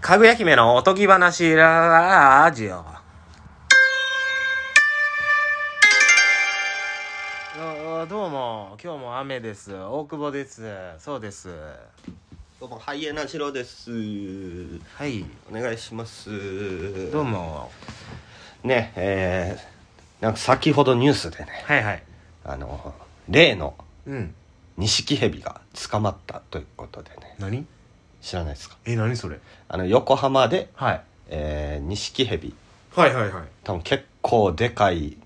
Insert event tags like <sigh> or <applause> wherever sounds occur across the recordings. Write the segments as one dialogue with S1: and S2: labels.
S1: かぐや姫のおとぎ話ラジオ。あどうも、今日も雨です。大久保です。そうです。
S2: どうも、ハイエナシロです。お
S1: はい。
S2: 願いします。
S1: どうも。
S2: ね、えー、なんか先ほどニュースでね、
S1: はいはい。
S2: あの、例の
S1: うん。
S2: 錦蛇が捕まったということでね、
S1: 何
S2: 知らないですか
S1: え、何それ
S2: あの、横浜で、
S1: はい。
S2: えー、錦蛇、
S1: はいはいはい。
S2: 多分結構でかい、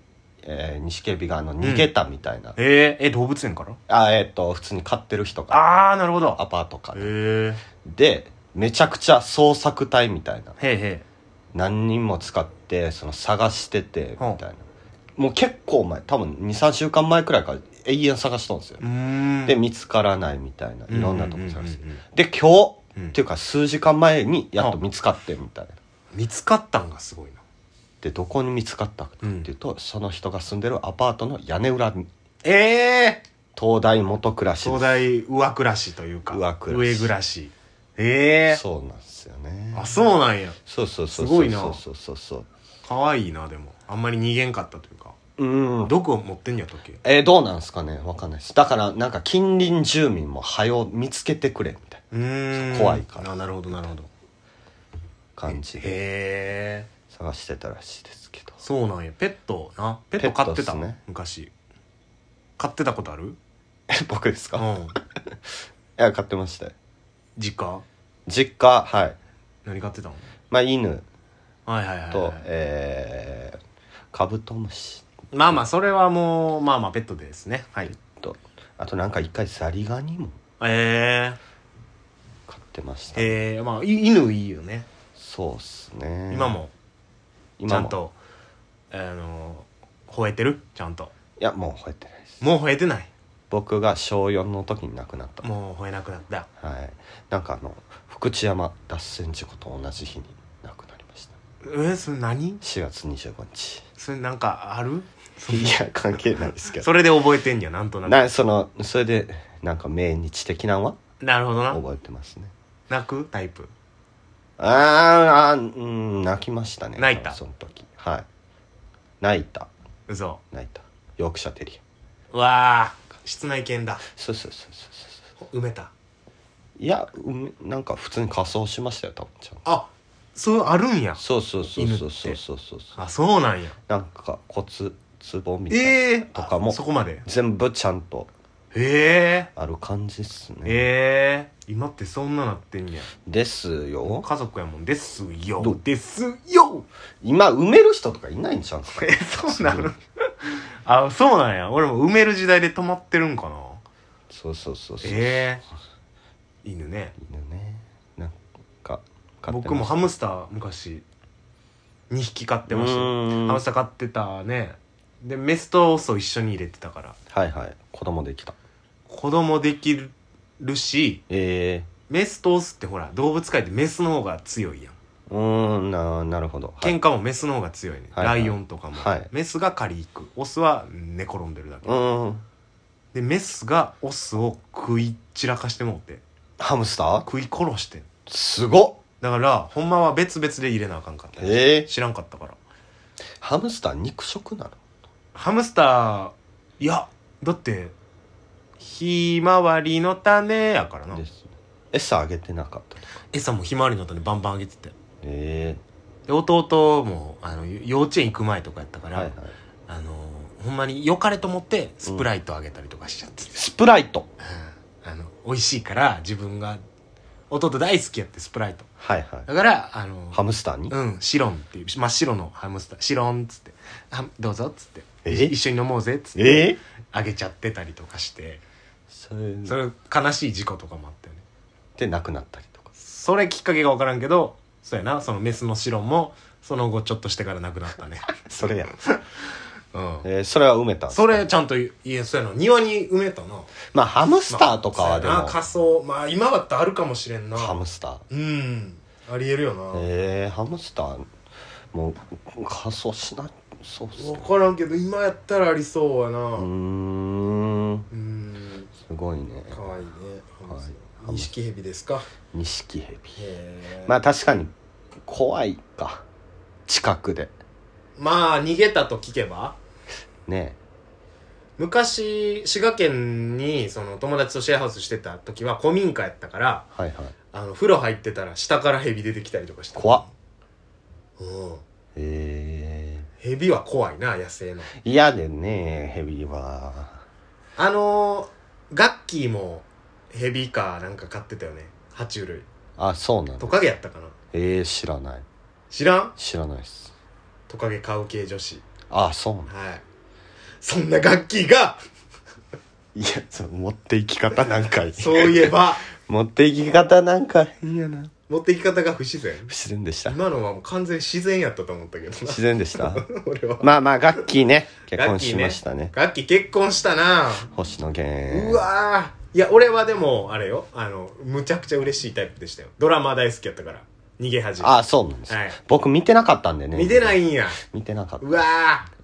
S2: えー、錦蛇があの、逃げたみたいな。
S1: えー、え、動物園から
S2: あ、えっ、と、普通に飼ってる人が、
S1: あー、なるほど。
S2: アパートから。
S1: え
S2: で、めちゃくちゃ捜索隊みたいな。
S1: ー。へいへ
S2: 何人も使ってその探しててみた
S1: はい
S2: いな、もう結構前多分23週間前くらいから永遠探したんですよ
S1: い。う、ーん。
S2: で見つからないみたいないろんなとこ探して、
S1: うんうんうんうん
S2: で今日、
S1: うん
S2: っていうか数時間前にやっと見つかってみたいな
S1: 見つかったんがすごいな。
S2: でどこに見つかったかっていうと、その人が住んでるアパートの屋根裏に
S1: えー。
S2: 東大元暮らし
S1: 東大上暮らしというか
S2: 上暮ら
S1: 上
S2: し
S1: 暮らしええ
S2: そうなんですよね
S1: あそうなんや
S2: そうそうそう
S1: すご
S2: そう
S1: いな
S2: そうそうそうそう
S1: 可愛いなでもあんまり逃げんかったというか
S2: うん
S1: 毒を持ってんやったっけ
S2: えーどうなんですかねわかんないですだからなんか近隣住民も早う見つけてくれみたいな
S1: うーん
S2: 怖いから
S1: あなるほどなるほど
S2: 感じで
S1: へえ
S2: 探してたらしいで
S1: <laughs>
S2: すけど
S1: そうなんやペットなペット飼ってた
S2: ペットっすね
S1: 昔飼ってたことある
S2: え僕です
S1: う
S2: か、い
S1: ん
S2: や買ってましたよ
S1: 実家
S2: 実家はい
S1: 何飼ってたの
S2: まあ犬
S1: はいはいはい
S2: と、
S1: はい
S2: えーカブトムシ
S1: まあまあそれはもうまあまあペットですねはい
S2: とあとなんか一回ザリガニも
S1: え
S2: 買ってまし
S1: え
S2: た
S1: ええまあい犬いいよね
S2: そうっすね
S1: 今もち
S2: 今
S1: ゃ
S2: も
S1: んとあの吠えてるちゃんと
S2: いやもう吠えてないです
S1: もう吠えてない
S2: 僕が小4の時に亡くなった
S1: もう吠えなくなった
S2: はいなんかあの福知山脱線事故と同じ日に亡くなりました
S1: えそれ何
S2: 4月25日
S1: それなんかある
S2: <laughs> いや関係ないですけど
S1: それで覚えてんやなんとなくな
S2: なそのそれでなんか命日的なのは
S1: るほどな
S2: 覚えてますね
S1: 泣くタイプ
S2: あーあーうん泣きましたね
S1: 泣いた
S2: その時はい泣いた
S1: 嘘
S2: 泣いたヨークシャテリア
S1: うわあ室内犬だ
S2: そうそうそうそうそう
S1: 埋めた
S2: いやうんなんか普通に仮装しましたよ多分ちゃんと
S1: あそうあるんや
S2: そうそうそうそうそうそうそうそう
S1: あそうなんや
S2: なんか骨ツボみたいな、
S1: ええ
S2: とかも
S1: あそこまで
S2: 全部ちゃんと
S1: ええ
S2: ある感じっすね
S1: ええ今ってそんななってんや
S2: ですよ
S1: 家族やもんですよ
S2: どう
S1: ですよ
S2: 今埋める人とかいないんちゃうんすか
S1: えそうなのあそうなんや俺も埋める時代で止まってるんかな
S2: そうそうそうそう
S1: ええ犬ね
S2: 犬ねなんか飼ってました
S1: 僕もハムスター昔2匹飼ってました
S2: うー
S1: よ
S2: ん
S1: ハムスター飼ってたねでメスとオスを一緒に入れてたから
S2: はいはい子供できた
S1: 子供できるし
S2: え
S1: メスとオスってほら動物界でメスの方が強いやん
S2: えー、うーんななるほど、はい、
S1: 喧嘩もメスの方が強いね、
S2: はいはい
S1: ライオンとかも、
S2: はい
S1: メスが狩り行くオスは寝転んでるだけ
S2: うーん
S1: でメスがオスを食い散らかしてもうて
S2: ハムスター
S1: 食い殺してん
S2: すごっ
S1: だからほんまは別々で入れなあかんかったね、
S2: ええ
S1: 知らんかったから
S2: ハムスター肉食なの
S1: ハムスターいやだってひまわりの種やからな
S2: ですね餌あげてなかったとか
S1: 餌もひまわりの種バンバンあげてて
S2: え
S1: で弟もあのよ幼稚園行く前とかやったか
S2: え
S1: ら、
S2: はいはい
S1: あのほんまに良かれと思ってスプライトあげたりとかしちゃってて、
S2: スプライト
S1: うんあの美味しいから自分が弟大好きやってスプライト
S2: はいはい
S1: だからあの
S2: ハムスターに、
S1: うん、シロンっていう真っ白のハムスターシロンっつって「あどうぞ」っつって
S2: え
S1: 一緒に飲もうぜ」っつって
S2: ええ
S1: あげちゃってたりとかして
S2: それ
S1: それ悲しい事故とかもあったよね
S2: で亡くなったりとか
S1: それきっかけが分からんけどそうやなそのメスのシロンもその後ちょっとしてから亡くなった
S2: <laughs>
S1: ね
S2: それや、
S1: うん
S2: えー、それは埋めたんですか
S1: それちゃんといいやそうやな庭に埋めたな
S2: まあハムスターとかはでも、
S1: まあ仮想まあ今だってあるかもしれんな
S2: ハムスター
S1: うんありえるよな、
S2: ええハムスターもう仮装しないそうっす
S1: 分
S2: ね
S1: からんけど今やったらありそうやな
S2: う
S1: う
S2: ーん
S1: ん
S2: すごいね
S1: 可愛いね、
S2: はい
S1: ハムスター
S2: あんま
S1: 錦蛇ですか
S2: 錦蛇
S1: へー
S2: まあ確かに怖いか近くで
S1: まあ逃げたと聞けば
S2: ね
S1: 昔滋賀県にその友達とシェアハウスしてた時は古民家やったから
S2: はいはい
S1: あの風呂入ってたら下から蛇出てきたりとかして
S2: 怖っ
S1: うん
S2: え
S1: 蛇は怖いな野生の
S2: ー、嫌でね蛇は
S1: あのー、ガッキーも蛇かなんか飼ってたよね爬虫類
S2: あそうなんだ
S1: トカゲやったかな
S2: えー、知らない
S1: 知らん
S2: 知らないっす
S1: トカゲ飼う系女子
S2: あそうなんだ
S1: はいそんなガッキーが
S2: いやそう持っていき方なん <laughs> かい
S1: そういえば
S2: 持っていき方なんか変やな
S1: 持っていき方が不自然
S2: 不自然でした
S1: 今のはもう完全に自然やったと思ったけどな <laughs>
S2: 自然でした
S1: 俺は
S2: まあまあガッキーね結
S1: ガッ
S2: 婚
S1: キー
S2: しましたね
S1: ガッキー結婚したな
S2: 星野源
S1: うわーいや俺はでもあれよあのむちゃくちゃ嬉しいタイプでしたよドラマ大好きやったから逃げ恥
S2: あそうなんです、
S1: はい
S2: 僕見てなかったんでね
S1: 見てないんや
S2: 見てなかった
S1: うわー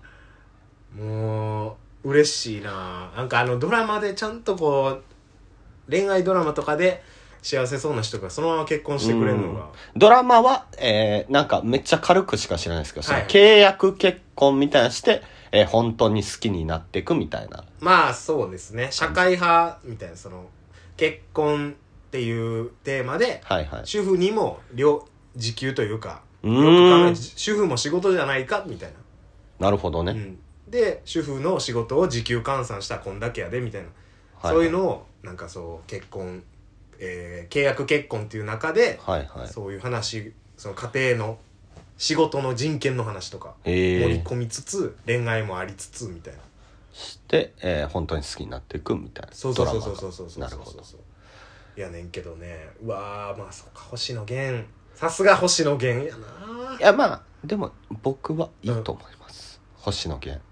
S1: もう嬉しいななんかあのドラマでちゃんとこう恋愛ドラマとかで幸せそうな人がそのまま結婚してくれるのが
S2: ドラマは、えー、なんかめっちゃ軽くしか知らないですけど、
S1: はい
S2: その契約結婚みたいなのして、えー本当に好きになっていくみたいな。
S1: まあそうですね社会派みたいなその結婚っていうテーマで
S2: はいはい。
S1: 主婦にも両時給というか
S2: う
S1: よく考
S2: ー
S1: え
S2: ん。
S1: 主婦も仕事じゃないかみたい
S2: なるほどね。
S1: な、うん、で主婦の仕事を時給換算したらこんだけやでみたいな
S2: は
S1: そういうのをなんかそう結婚、えー契約結婚っていう中で、
S2: はいはい。
S1: そういう話その家庭の仕事の人権の話とか盛り
S2: えー、
S1: 込みつつ、恋愛もありつつみたいな
S2: して、えー、本当に好きになっていくみたいな。
S1: そうそう
S2: ド
S1: そ
S2: ラ
S1: う
S2: マ
S1: そ
S2: が
S1: うそうそうそう
S2: なるほど。
S1: いやねんけどねうわーまあそっか星野源さすが星野源やない
S2: やまあ、でも僕はいいと思います。星野源。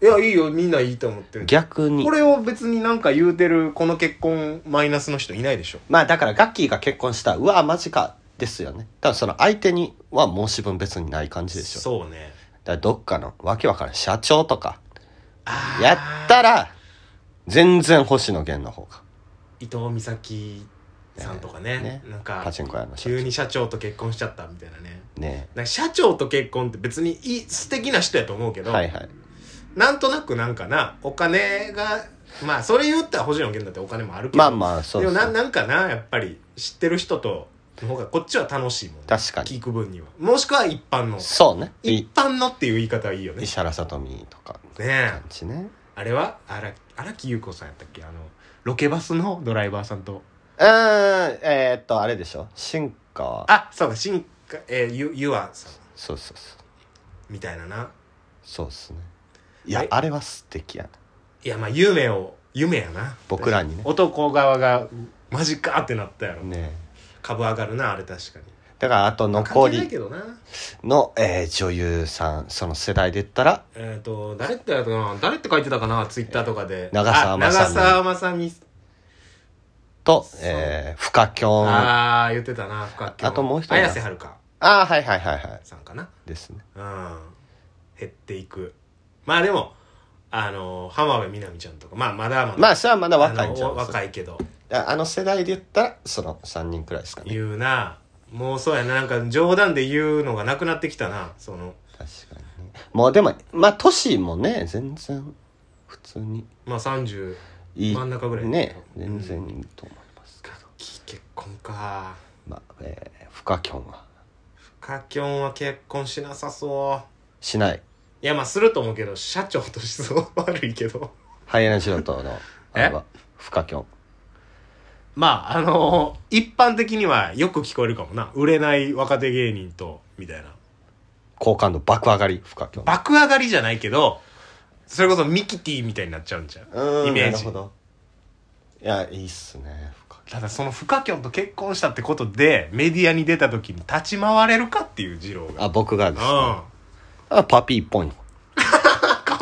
S1: いやいいよみんないいと思ってる
S2: 逆に
S1: こ。れを別になんか言うてるこの結婚マイナスの人いないでしょ
S2: まあだからガッキーが結婚したらうわマジかですよねただその相手には申し分別にない感じでしょだか
S1: そうね
S2: らどっかのわけわからん社長とか
S1: あー
S2: やったら全然星野源の方が
S1: 伊藤美咲さんとかね
S2: ね
S1: なんか
S2: パチンコ屋の社
S1: 急
S2: 長
S1: に社長と結婚しちゃったみたいなね
S2: ね
S1: なんか社長と結婚って別にいい素敵な人やと思うけど、
S2: はいはい
S1: なんとなくなんかなお金がまあそれ言ったら星野源だってお金もあるけど
S2: まあまあそう
S1: で
S2: で
S1: も
S2: すね
S1: ななんかなやっぱり知ってる人との方がこっちは楽しいもん、ね、
S2: 確かに
S1: 聞く分にはもしくは一般の
S2: そうねい
S1: 一般のっていう言い方はいいよねね
S2: 石原さとみとか
S1: え
S2: 感じね
S1: あれは荒荒木優子さんやったっけあのロケバスのドライバーさんと
S2: うーんえー、っとあれでしょ進化は
S1: あそうだ新かえー、ゆゆあさん
S2: そうそうそう
S1: みたいなな
S2: そうっすねいや
S1: はい
S2: あれは素敵やない
S1: やまあ夢を夢やな
S2: 僕らにね
S1: 男側がマジかってなったやろ
S2: ね
S1: 株上がるなあれ確かに
S2: だからあと残
S1: 関係ない
S2: り
S1: けどな
S2: の、えー女優さんその世代で言ったら
S1: えっ、と誰ってやったかな誰って書いてたかなツイッターとかで、
S2: 長澤まさみ
S1: あ長澤まさみ
S2: と
S1: そう、
S2: えー、フカキョンあ
S1: ああ言ってたな深
S2: あともう一人
S1: 綾瀬はるか
S2: あーはいはいはいはい
S1: さんかな
S2: ですね
S1: うん減っていくまあでもあの浜辺美波ちゃんとかまあまだまだ
S2: まあそれはまだ若いんじゃ
S1: あ
S2: な
S1: の
S2: いです
S1: 若いけど
S2: ああの世代で言ったらその3人くらいですかね
S1: 言うなもうそうやななんか冗談で言うのがなくなってきたなその
S2: 確かにねもうでもまあ年もね全然普通に
S1: まあ30
S2: いい
S1: 真ん中ぐらい
S2: ね
S1: うん
S2: 全然いいと思いますけど、
S1: 結婚か
S2: まあえー、フカキョンは
S1: カキョンは結婚しなさそう
S2: しない
S1: いやまあすると思うけど社長としそう悪いけど
S2: ハイエナジロト
S1: <laughs>
S2: のあれはフカキョン
S1: まああの一般的にはよく聞こえるかもな売れない若手芸人とみたいな
S2: 好感度爆上がりフカキョン
S1: 爆上がりじゃないけどそれこそミキティみたいになっちゃうんじゃん
S2: うん
S1: イメージ
S2: なるほどいやいいっすねフカキョン
S1: ただそのフカキョンと結婚したってことでメディアに出た時に立ち回れるかっていう二郎が
S2: あ僕がですね
S1: うん
S2: あパピーポン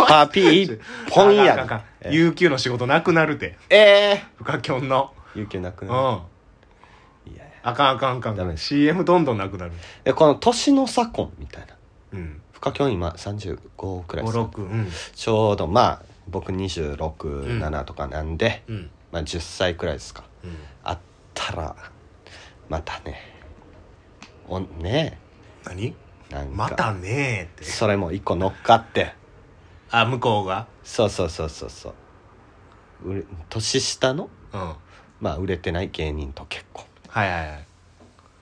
S2: パピーポン
S1: あかんあかんあ
S2: や
S1: かん
S2: で
S1: UQ の仕事なくなるて
S2: え
S1: フカキョンの
S2: ー有給なく
S1: うん
S2: な
S1: あ
S2: るいやいや
S1: かんあかんあか
S2: ダメで
S1: ん
S2: す
S1: CM どんどんなくなる
S2: でこの年の差婚みたいな
S1: うん
S2: 深きょん今35くらいですか
S1: 56うん
S2: ちょうどまあ僕267とかなんで、
S1: うん
S2: まあ、10歳くらいですか
S1: うん
S2: あったたらまたねおね
S1: 何
S2: えなんか
S1: またねーって
S2: それも一個乗っかって
S1: あ向こうが
S2: そうそうそうそうそう売れ年下の
S1: うんは
S2: まあ売れてない芸人と結婚
S1: いはいはい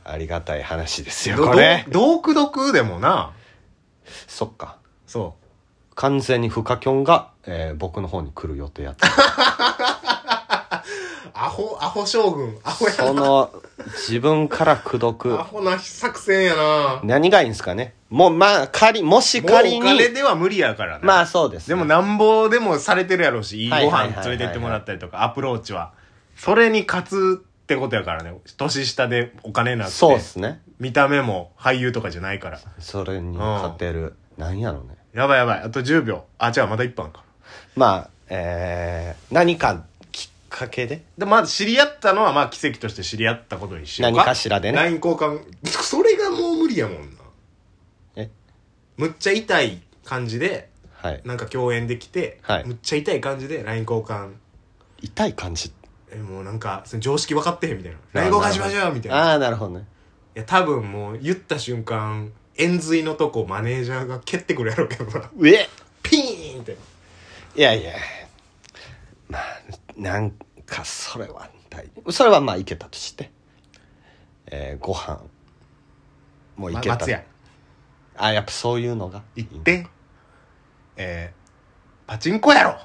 S2: ありがたい話ですよ
S1: ど
S2: これ
S1: どうくどくでもな
S2: そっか
S1: そ
S2: 完全にフカキョンが、えー僕の方に来る予定やった
S1: <laughs> うアホアホ将軍アホや
S2: その自分から口
S1: ア
S2: 説く
S1: ホな作戦やな
S2: 何がいいんですかねもうまあ仮もし
S1: もう
S2: 仮
S1: お金
S2: に
S1: では無理やからな
S2: まあそうです
S1: で
S2: ね、
S1: もなんぼでもされてるやろうしいいご
S2: はいはいはい
S1: 飯
S2: はいはい
S1: 連れてってもらったりとかアプローチはそれに勝つってことやからね年下でお金なくて
S2: そうですね
S1: 見た目も俳優とかじゃないから
S2: それに勝てる、なんやろうね
S1: やばいやばいあと10秒あ違うまだ1分か
S2: まあえー、何かきっかけで
S1: でまず知り合ったのはまあ奇跡として知り合ったことにしようか
S2: 何かしらでね
S1: LINE 交換それがもう無理やもんな
S2: え
S1: むっちゃ痛い感じで
S2: はい
S1: なんか共演できて、
S2: はい
S1: むっちゃ痛い感じで LINE 交換
S2: 痛い感じ
S1: えもうなんかその常識分かってへんみたいな
S2: なる
S1: LINE
S2: ほど
S1: 交換しましょうみたいな
S2: ああーなるほどね
S1: いや多分もう言った瞬間円髄のとこマネージャーが蹴ってくるやろうけどな <laughs>
S2: うえ
S1: ピーンって
S2: いやいやまあなんかそれは大それはまあいけたとしてえー、ご飯もうい
S1: ま
S2: けた、
S1: 松屋
S2: あやっぱそういうのが
S1: 行ってえー、パチンコやろ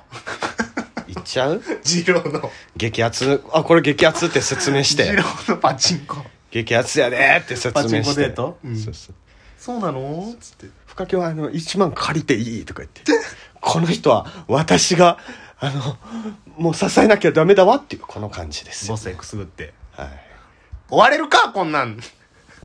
S1: <laughs>
S2: 行っちゃう
S1: 二郎の
S2: 激アツあこれ激アツって説明し
S1: 二 <laughs>
S2: て
S1: 郎のパチンコ
S2: 激アツやでって説
S1: パ
S2: 明して
S1: チンコデートうん
S2: そうそう
S1: そうなのつって
S2: 深きはあの1万借りていいとか言ってこの人は私があのもう支えなきゃダメだわっていうこの感じですよ
S1: ボスへくすぐって
S2: はい
S1: 終われるかこんなん